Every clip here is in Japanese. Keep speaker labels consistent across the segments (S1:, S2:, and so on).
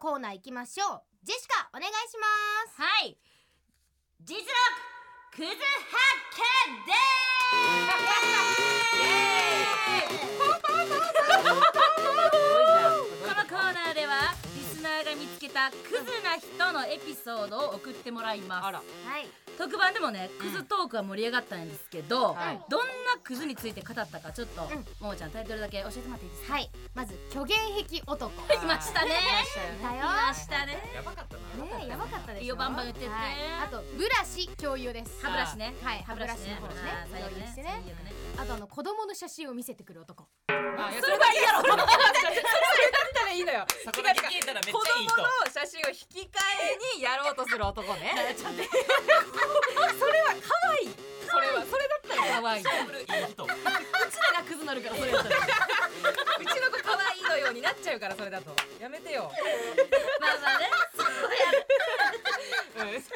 S1: コーナー行きましょうジェシカお願いします
S2: はい実力クズ発見 ですこのコーナーではリスナーが見つけたクズな人のエピソードを送ってもらいます
S3: あら
S1: はい
S2: 特番でもねクズトークは盛り上がったんですけど、
S3: はい
S2: どんなクズについて語ったかちょっと、ももちゃんタイトルだけ教えてもらっていいですか
S1: はいまず虚言癖男
S3: は
S2: 来 ましたね
S1: だよ
S2: 来ましたね
S3: やばかったな
S1: ねえやばかったでしょ
S2: いいよバンバン言ってって
S1: はいあとブラシ共有です
S2: 歯ブラシね
S1: はい歯ブラシの
S2: ね
S1: 方ね
S2: あー最悪
S1: 共有
S2: ね
S1: して
S2: 最
S1: ね
S2: 悪ね
S1: あとあの子供の写真を見せてくる男
S3: あいや
S4: それはいいやろそれだったらいいのよ
S3: そこだけ消えたらめっち
S4: 子供
S3: ゃいい人
S4: の写真を引き換えにやろうとする男 ねそれは可愛いそれはそれだったら可愛いうち
S3: いい人
S4: らがクズなるからそれだったらうちの子可愛いのようになっちゃうからそれだとやめてよ、
S2: まあまあね
S4: うんす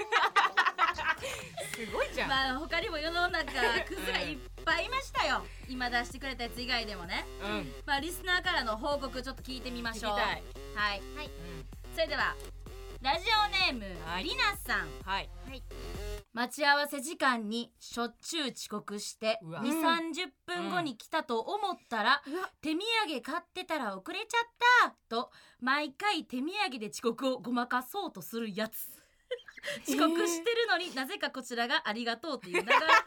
S4: ごいじゃん、
S2: まあ他にも世の中クズがいっぱいいましたよ今出してくれたやつ以外でもね
S4: うん
S2: まあリスナーからの報告ちょっと聞いてみま
S4: 聞き
S2: しょう
S4: たい、
S2: はい
S4: うん
S2: それではラジオネーム、りなさん
S4: はい
S2: 待ち合わせ時間にしょっちゅう遅刻して
S4: うわ
S2: 2 3 0分後に来たと思ったら、
S1: うんうわ
S2: 手土産買ってたら遅れちゃったと毎回手土産で遅刻をごまかそうとする やつ遅刻してるのになぜかこちらがありがとうという流れ流 れになる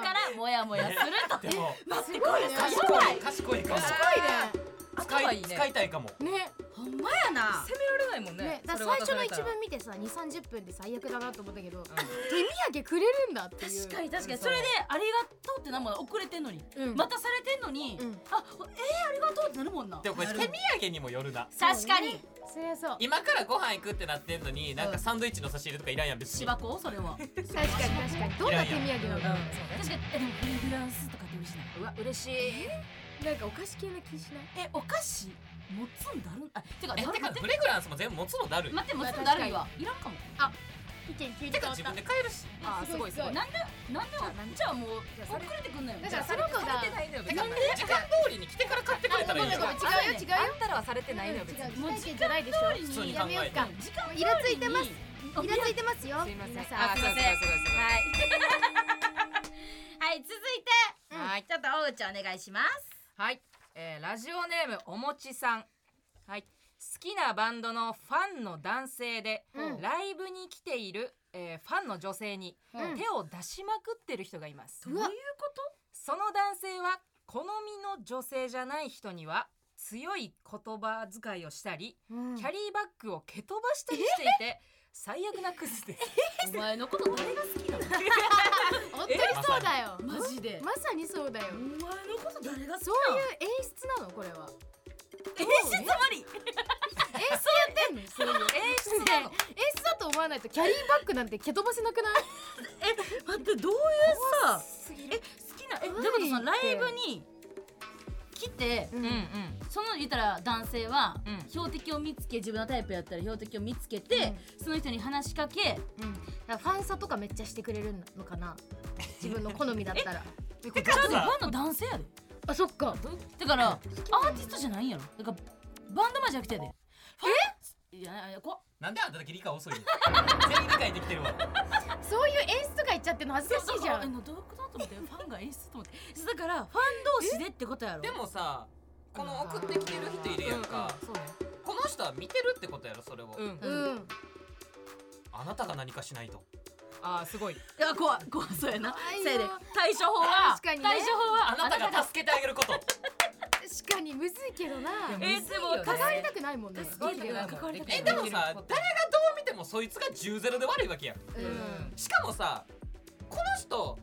S2: からモヤモヤする と
S3: でも
S1: すごいね
S3: 賢い賢いかも
S4: 頭
S3: 使
S4: いい
S3: い
S4: ね
S3: 使いたいかも
S1: ねね
S2: ほんまやな
S4: 責められないもんね
S1: ねだ
S4: そ
S1: か
S4: れ
S1: ら最初の一
S4: 渡されたら
S1: 文見てさ2 3 0分で最悪だなと思ったけど、手土産くれるんだっていう
S2: 確かに確かにそれでありがとうってなもんな遅れてんのに、
S1: うん
S2: またされてんのに、
S1: うん
S2: あえー、ありがとうってなるもんな
S3: でもこれ手土産にもよるな
S2: 確かに
S1: そりゃそう
S3: 今からご飯行くってなってんのになんかサンドイッチの差し入れとかいらんやん別に
S2: 芝子それは
S1: 確かに確かにどんな手土産なのかな
S2: 確かにえでもフレグランスとかって嬉しいな
S4: うわ嬉しい
S1: なんかお菓子系な気しない
S2: えお菓子持つんだるんあてか
S3: え
S2: だ
S3: て
S2: る
S3: か
S2: 待っ
S3: フレグランスも全部持つのだる
S2: て
S3: い
S2: 待って持つ
S1: ま
S2: ん
S1: あ
S2: だるいわいらんかもあ
S3: てか自分で買えるし
S4: あーすごいすごい
S2: なんでなんでじゃあもう遅れてくんなよ
S1: だからその子が
S4: されてないのよ
S3: てか時間通りに来てから買ってくれたらいいよ
S1: ごめん違うよ違うよ
S4: あんたらはされてないのよ別に
S1: もう時間じゃないでし
S2: 普
S3: 通
S1: ょ
S3: に
S1: や
S3: 考えて
S1: めようか
S2: 時間
S1: イラついてます
S2: あ
S1: イラついてますよ
S4: すいません
S1: 皆さん
S4: あ
S2: すいません
S4: すごいす
S2: はいは
S4: ごいすごい
S2: い続いて
S1: うん
S2: はいちょっと大内お願いします
S4: はい、えーラジオネームおもちさんはい好きなバンドのファンの男性で、
S1: うん
S4: ライブに来ている、えーファンの女性に、
S1: うん
S4: 手を出しまくってる人がいます
S1: うわ
S4: その男性は好みの女性じゃない人には強い言葉遣いをしたり、
S1: うん
S4: キャリーバッグを蹴飛ばしたりしていて最悪なクズです
S2: お前のこと誰が好きなの
S1: 本当にそうだよ
S2: マジ で
S1: まさにそうだよ
S2: お前のこと誰が好きなの
S1: そういう演出なのこれは
S2: 演出無理
S1: 演出やってんのそういう
S4: 演出な
S1: 演
S4: の
S1: 出だと思わないとキャリーバッグなんて蹴飛ばせなくない
S2: え待ってどういうさえ好きなえだ
S1: 怖い
S2: けどその
S1: って
S2: ライブに来て
S1: う
S4: うんうん
S1: ん
S2: その言ったら男性は
S4: うん
S2: 標的を見つけ自分のタイプやったら標的を見つけてその人に話しかけ
S1: うんだからファンサとかめっちゃしてくれるのかな自分の好みだったら
S3: て
S2: ち
S3: か
S2: ゃうでフ
S3: さ
S2: ァンの男性やで
S1: あそっか
S2: だからアーティストじゃないんやろだからバンドマンじゃなくてやでえいやいや怖っ
S3: なんであんただけ理解遅いの全員理解できてるわ
S1: そういう演出とか言っちゃってんの恥ずかしいじゃ
S2: そうそうえ
S1: ん
S2: どういうことと思ってファンが演出と思ってだからファン同士でってことやろ
S3: でもさこの送ってきてる人いるやんか
S4: うんうんそうね
S3: この人は見てるってことやろそれを
S4: う
S2: う
S4: ん
S1: うんん
S3: あなたが何かしないと
S4: あーすごい
S2: いや怖い怖いそうやな
S1: 怖いよ
S2: せやで対処法は
S1: 確かにね
S2: 対処法は
S3: あなたが助けてあげること
S1: 確かにむずいけどな
S4: で
S2: えーでも
S4: むずいよね
S1: 関わりたくないもんね
S2: 助けて
S4: 関わりたくないもん
S3: えでもさ誰が
S4: で
S3: どう見てもそいつが10ゼロで悪いわけやん
S1: う
S4: う
S1: ん
S4: ん
S3: しかもさこの人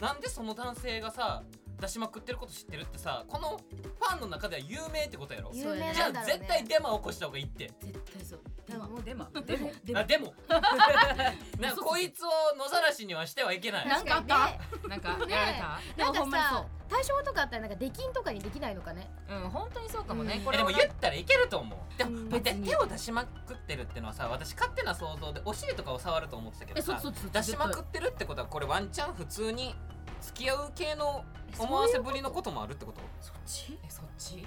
S3: なんでその男性がさ出しまくってること知ってるってさこのファンの中では有名ってことやろ
S1: 有名
S3: じゃ
S1: な
S3: あ
S1: んだろうね
S3: 絶対デマ起こした方がいいって
S2: 絶対そう
S1: でも
S4: でも
S2: でもで
S3: あ
S2: も
S3: でもなんかこいつを野ざらしにはしてはいけない
S2: なんかあった
S1: ね
S4: なんかやられた
S2: でも
S1: な
S2: ほ
S1: ん
S2: ん
S1: か
S2: まにそ
S1: さ
S2: う
S1: 対処法とかあったらなんかできんとかにできないのかね
S4: うん本当にそうかもね、
S1: うん
S4: これ
S3: えで
S4: は
S3: も言ったらいけると思うで
S1: うん
S3: もだいたい手を出しまくってるってのはさ私勝手な想像でお尻とかを触ると思ってたけ
S2: え
S3: ど
S2: そう
S3: さ
S2: そうそう
S3: 出しまくってるってことはこれワンチャン普通に付き合う系の
S2: え
S3: 思わせぶりのこともあるってこと
S2: そっち
S4: えそっち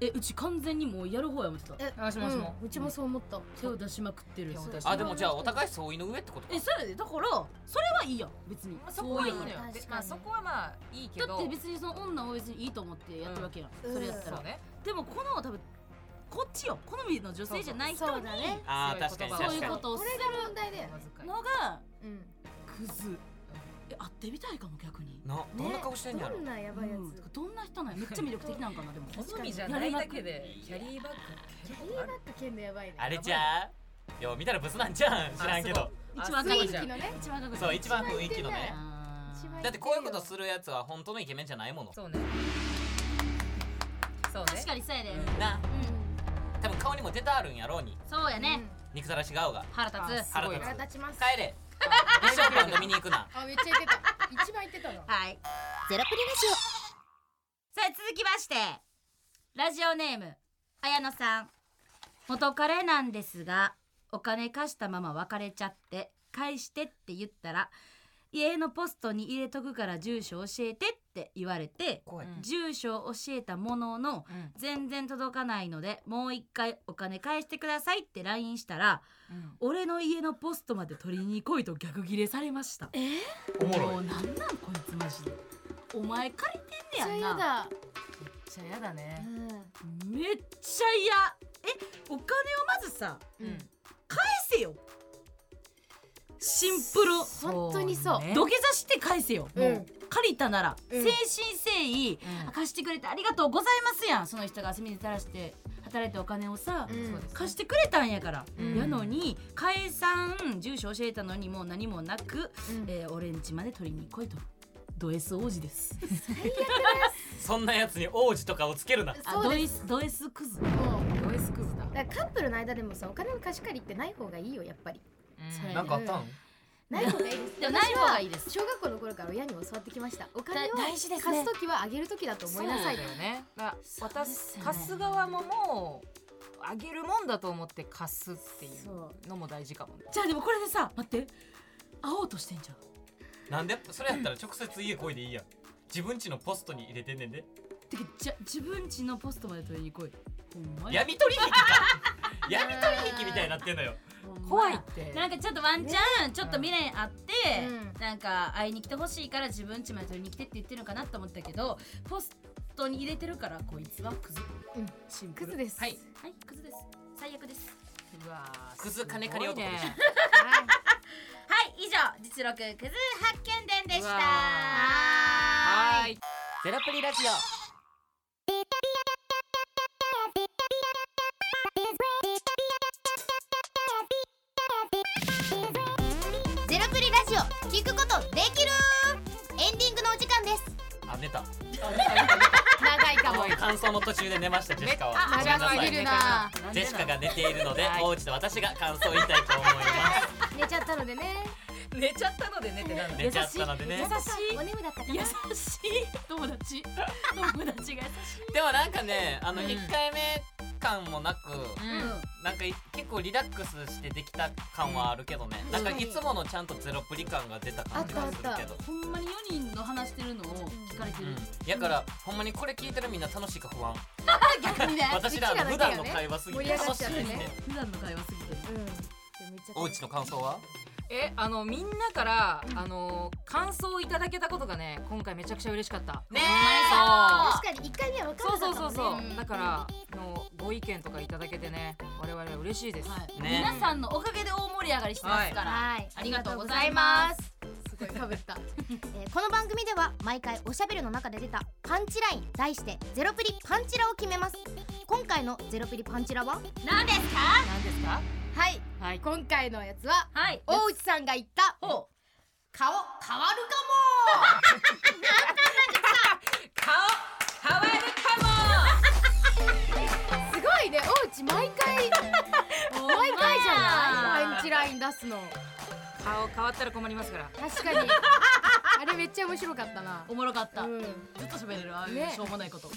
S2: えうち完全にもうやる方や思ってた
S1: え
S4: あしもしも
S1: うんうちもそう思った
S2: 手を出しまくってる
S4: 手を出し
S3: あでもじゃあお互い相違の上ってことか
S2: えそれだからそれはいいやん別に
S4: まあそこはいいのよ
S2: そうや
S1: 確かに
S4: まあそこはまあいいけ
S2: から
S4: ど
S2: だって別にその女を別にいいと思ってやってるわけやん、
S1: うん
S2: それやったら、
S4: そうね
S2: でもこの多分こっちよ好みの女性じゃない人に
S1: そうだね
S3: あー確かに
S4: そう
S2: そう
S3: 確
S2: いう
S3: か
S2: こ
S3: に
S2: とを
S1: こ
S2: す
S1: れが問題だよ
S4: ま
S1: ね
S4: ずか
S2: る
S4: い
S2: のが
S1: うん
S2: クズえ会ってみたいかも逆に
S3: などんな顔してんやろ
S1: どんなやばいや
S2: うん
S1: つ
S2: どんな人なんやめっちゃ魅力的なんかなでも
S4: 好みじゃないだけでキャリーバッグ
S1: キャリーバッグ剣のやばいね
S3: あれじゃあよう見たらブスなんじゃん知らんけど
S2: 一番
S4: あそう
S1: 雰
S2: 高
S1: 囲
S2: いじゃ
S1: 気
S2: ん
S1: のね
S2: 一番高い
S3: そう一番雰囲気のね
S2: あー
S1: 一番
S3: だってこういうことするやつは本当のイケメンじゃないもの
S4: そうねそうね
S2: 確かにそうやで、
S4: うん
S3: な
S1: う
S3: 多分顔にも出たあるんやろうに
S2: そうや
S1: ん
S2: ね、
S3: 憎たらし顔が
S2: 腹立つ
S4: あすごい
S3: 腹
S1: 腹
S3: 立
S1: 立ちます
S3: 帰れ一生パン飲みに行くな
S1: あめっちゃ言ってた一番言ってたの
S2: はい。ゼロプリラジオ。さあ続きまして、ラジオネーム綾野さん。元彼なんですが、お金貸したまま別れちゃって返してって言ったら、家のポストに入れとくから住所教えてって言われて、
S3: 怖い
S4: うん
S2: 住所を教えたものの
S4: うん
S2: 全然届かないのでもう一回お金返してくださいって LINE したら
S4: うん
S2: 俺の家のポストまで取りに来いと逆ギレされました
S1: えー
S3: お
S2: も
S3: もろ
S2: う
S3: い
S2: なんなんこいつマジでお前借り
S1: めっ
S2: てん
S1: ちゃ
S2: ねや
S1: 嫌
S2: んな
S1: だ
S4: めっちゃ嫌だ
S1: う
S4: ね
S1: ん
S2: めっちゃ嫌えお金をまずさ
S4: うん
S2: 返せよシンプル
S1: 本当にそう
S4: ね
S2: 土下座して返せよ、も
S1: う
S2: うん借りたなら、
S1: うん
S2: 誠心誠意、
S4: うん
S2: 貸してくれてありがとうございますやんその人が遊びに垂らして働いたお金をさ、
S1: うん
S4: そうです
S2: 貸してくれたんやから、
S4: うん
S2: やのに解散住所教えたのにもう何もなく、
S1: うん
S2: えー、俺ん家まで取りに来いとド S 王子 です
S3: そんなやつに王子とかをつけるな
S2: あ
S1: そう
S2: ド
S1: です
S2: S ド S クズ
S1: もう
S4: ド S クズだ
S1: だからカップルの間でもさお金の貸し借りってない方がいいよやっぱり
S2: それ
S3: なんかあったん
S1: ない方がいいです
S2: でもない方がい
S1: 私
S2: いで
S1: は
S2: す
S1: 小学校の頃から親に教わってきましたお金を
S2: だ大事ですね
S1: 貸す時はあげる時だと思いなさい
S4: だ
S1: と
S4: よねだ
S2: そうで
S4: 私
S2: すよね
S4: 貸す側ももうあげるもんだと思って貸すっていうのも大事かもね
S2: じゃあでもこれでさ待って会おうとしてんじゃん
S3: なんでそれやったら直接家来いでいいやん自分家のポストに入れてんねんで
S2: てかじゃ自分家のポストまで取りに来いほんまや
S3: 闇取引か闇取引みたいになってんのよ
S2: ほんま
S4: 怖いって
S2: なんかちょっとワンチャン、ちょっと未練あって、
S1: うん
S2: なんか会いに来てほしいから自分家まで取りに来てって言ってるのかなと思ったけどポストに入れてるからこいつはクズ、
S1: うん
S2: シンプ
S1: ク
S2: ル
S1: ズです
S3: はい
S2: はいクズです最悪です
S4: うわー
S3: クズ金借り男でしょ
S4: すごいね
S2: はい以上実録クズ発見伝でし
S4: う
S2: た
S4: わーはーい
S3: ゼロプリラジオ
S5: ゼロプリラジオ聞くことできるエンディングのお時間です
S3: あ寝た
S1: 長いかも
S3: もう感想の途中で寝ましたジェシカは
S1: あ
S3: ごめんな
S1: 長す
S3: さ
S1: ぎ
S3: い
S1: るな
S3: ジェシカが寝ているので
S4: はい
S3: 王子と私が感想を言いたいと思います
S1: 寝ちゃったのでね
S4: 寝ちゃったので寝てなんだ
S3: 寝ちゃったので
S2: 優
S3: ね
S2: しい
S1: お眠だったか
S2: 優
S1: な
S2: しい友達友達が優しい
S3: でもなんかねあの
S4: うん
S3: 一回目感もなく
S4: うん
S3: なんかい結構リラックスしてできた感はあるけどねなんかいつものちゃんとゼロプリ感が出た感じがする
S1: あったあ
S3: け
S1: っ
S3: ど
S2: ほんまに4人の話してるのを聞かれてる、
S3: うんやからほんまにこれ聞いてるみんな楽しいか不安
S1: 逆 にね
S3: 私らの
S1: う
S3: 普
S1: ちだ
S3: 段
S1: けが
S3: の
S1: ね
S3: 会話すぎ
S1: 盛り
S3: て
S1: 上が
S3: 楽
S1: っ
S3: し
S1: ち
S3: い
S1: ゃっ
S3: ん
S1: てね
S3: で
S2: 普段の会話すぎてる
S1: うんでもめっちゃ
S3: 王子の感想は
S4: えあのみんなからあの感想をいただけたことがね今回めちゃくちゃ嬉しかった
S3: ね
S4: そ
S1: 確
S4: う
S1: かに一回目は分か
S4: そう
S1: ら
S4: そ
S1: なかっ
S4: うそう
S1: た
S4: そ
S1: もんね
S4: うだからのご意見とかいただけてね我々は嬉しいです、
S2: はい
S3: ね
S2: 皆さんのおかげで大盛り上がりしてますから、
S5: はい
S2: ありがとうございます
S1: すごいかぶった
S5: えーこの番組では毎回おしゃべりの中で出たパンチライン題してゼロプリパンチラを決めます今回のゼロプリパンチラは
S2: 何ですか
S4: 何ですか
S1: はい
S4: はい
S1: 今回のやつは
S2: はい
S1: 大内さんが言った
S2: ほう
S1: 顔変わるかも
S4: 顔変わる
S1: すごいね大内毎回毎回じゃないパンチライン出すの
S4: かも顔変わったら困りますから
S1: 確かにあれめっちゃ面白かったな
S2: おもろかった、
S1: うん
S2: ずっと喋れるああいう
S1: ね
S2: しょうもないこと、
S1: し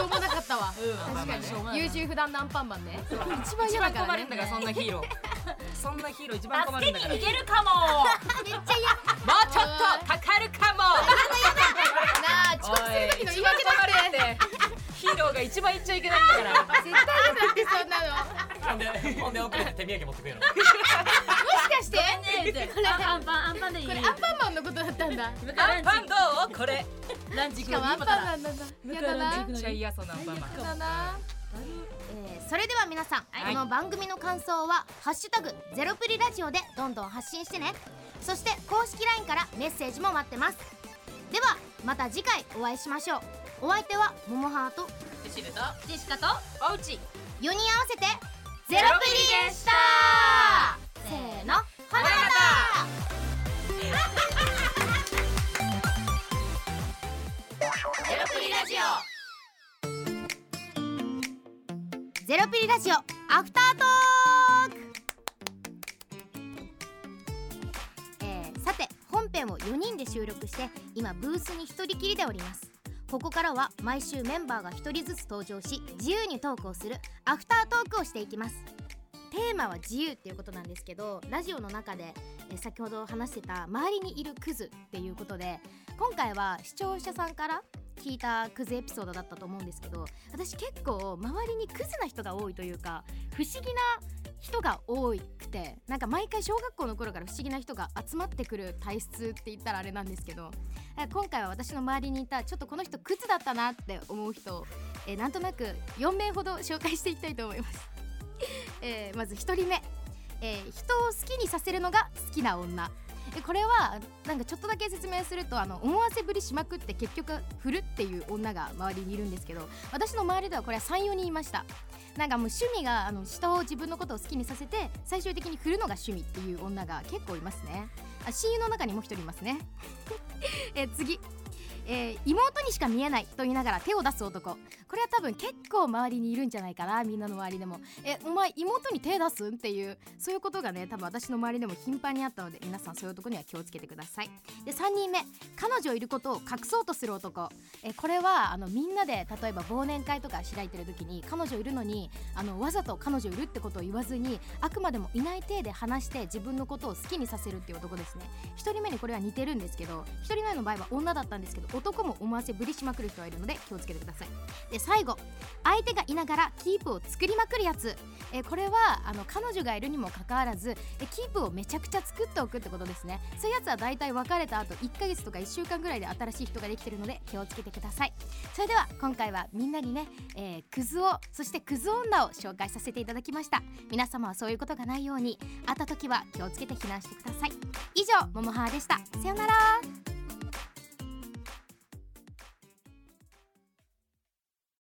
S1: ょうもなかったわ
S2: うん
S1: 確か
S2: しょうもな
S1: に
S2: い
S1: 優柔不断なアンパンマンね一番
S4: 一
S1: 嫌
S4: 番
S1: だか
S4: 困
S1: ら
S4: るんだ
S1: ね
S4: からそんなヒーローそんなヒーロー一番困るんだからもうちょ
S2: けるかも
S5: めっちゃ
S4: っとかかるかも
S1: なあ遅刻する時の言い訳だって
S4: ってヒーローがが一番言っちゃいけないんだから
S1: 絶対だってそんなの
S3: ほんでほんで遅れて手土産持ってくるの
S1: もしかして
S2: ねえってあアンパンアンパンでいい
S1: これアンパンマンのことだったんだ
S2: 向か
S4: ア
S2: い
S4: ン
S2: ラ
S4: パ
S2: ン
S4: ン
S2: チ
S4: どうこれ
S2: ランチ
S1: し
S2: 行
S1: か
S2: く
S1: も
S2: の
S1: ア
S2: に
S1: ンパンマンな
S2: 今から
S1: んだ
S2: 向
S1: や
S2: か
S1: だ
S2: い
S1: な
S2: ランチ行く
S4: め
S2: の
S4: っちゃ
S2: に
S4: 嫌そうなアンパンマン
S1: だな
S5: えーそれでは皆さん、
S2: はい
S5: この番組の感想は「ハッシュタグゼロプリラジオ」でどんどん発信してねそして公式 LINE からメッセージも待ってますではまた次回お会いしましょうお相手はももハート
S3: で知れた
S2: ジェシカと
S4: おうち
S5: 4人合わせてゼロプリでしたせーのほなまた
S4: ゼロプリラジオ
S5: ゼロプリラジオアフタートーク、えーさて本編を4人で収録して今ブースに1人きりでおりますここからは毎週メンバーが1人ずつ登場し自由にトークをするアフタートークをしていきますテーマは自由っていうことなんですけどラジオの中で、えー先ほど話してた周りにいるクズっていうことで今回は視聴者さんから聞いたクズエピソードだったと思うんですけど私結構周りにクズな人が多いというか不思議な人が多くてなんか毎回小学校の頃から不思議な人が集まってくる体質って言ったらあれなんですけどえ今回は私の周りにいたちょっとこの人クズだったなって思う人を、えなんとなく4名ほど紹介していきたいと思います、えーまず1人目、えー人を好きにさせるのが好きな女えこれはなんかちょっとだけ説明するとあの思わせぶりしまくって結局振るっていう女が周りにいるんですけど私の周りではこれは34人いましたなんかもう趣味があの人を自分のことを好きにさせて最終的に振るのが趣味っていう女が結構いますねあ親友の中にも一人いますね え次えー妹にしか見えないと言いながら手を出す男これは多分結構周りにいるんじゃないかなみんなの周りでもえお前妹に手出すんっていうそういうことがね多分私の周りでも頻繁にあったので皆さんそういうとこには気をつけてくださいで3人目彼女いることを隠そうとする男えこれはあのみんなで例えば忘年会とか開いてる時に彼女いるのにあのわざと彼女いるってことを言わずにあくまでもいない体で話して自分のことを好きにさせるっていう男ですね1人目にこれは似てるんですけど1人目の場合は女だったんですけど男も思わせぶりしまくる人はいるので気をつけてくださいで最後相手がいながらキープを作りまくるやつえこれはあの彼女がいるにもかかわらずえキープをめちゃくちゃ作っておくってことですねそういうやつは大体別れた後1ヶ月とか1週間ぐらいで新しい人ができてるので気をつけてくださいそれでは今回はみんなにね、えークズをそしてクズ女を紹介させていただきました皆様はそういうことがないようにあった時は気をつけて避難してください以上ももはーでしたさようなら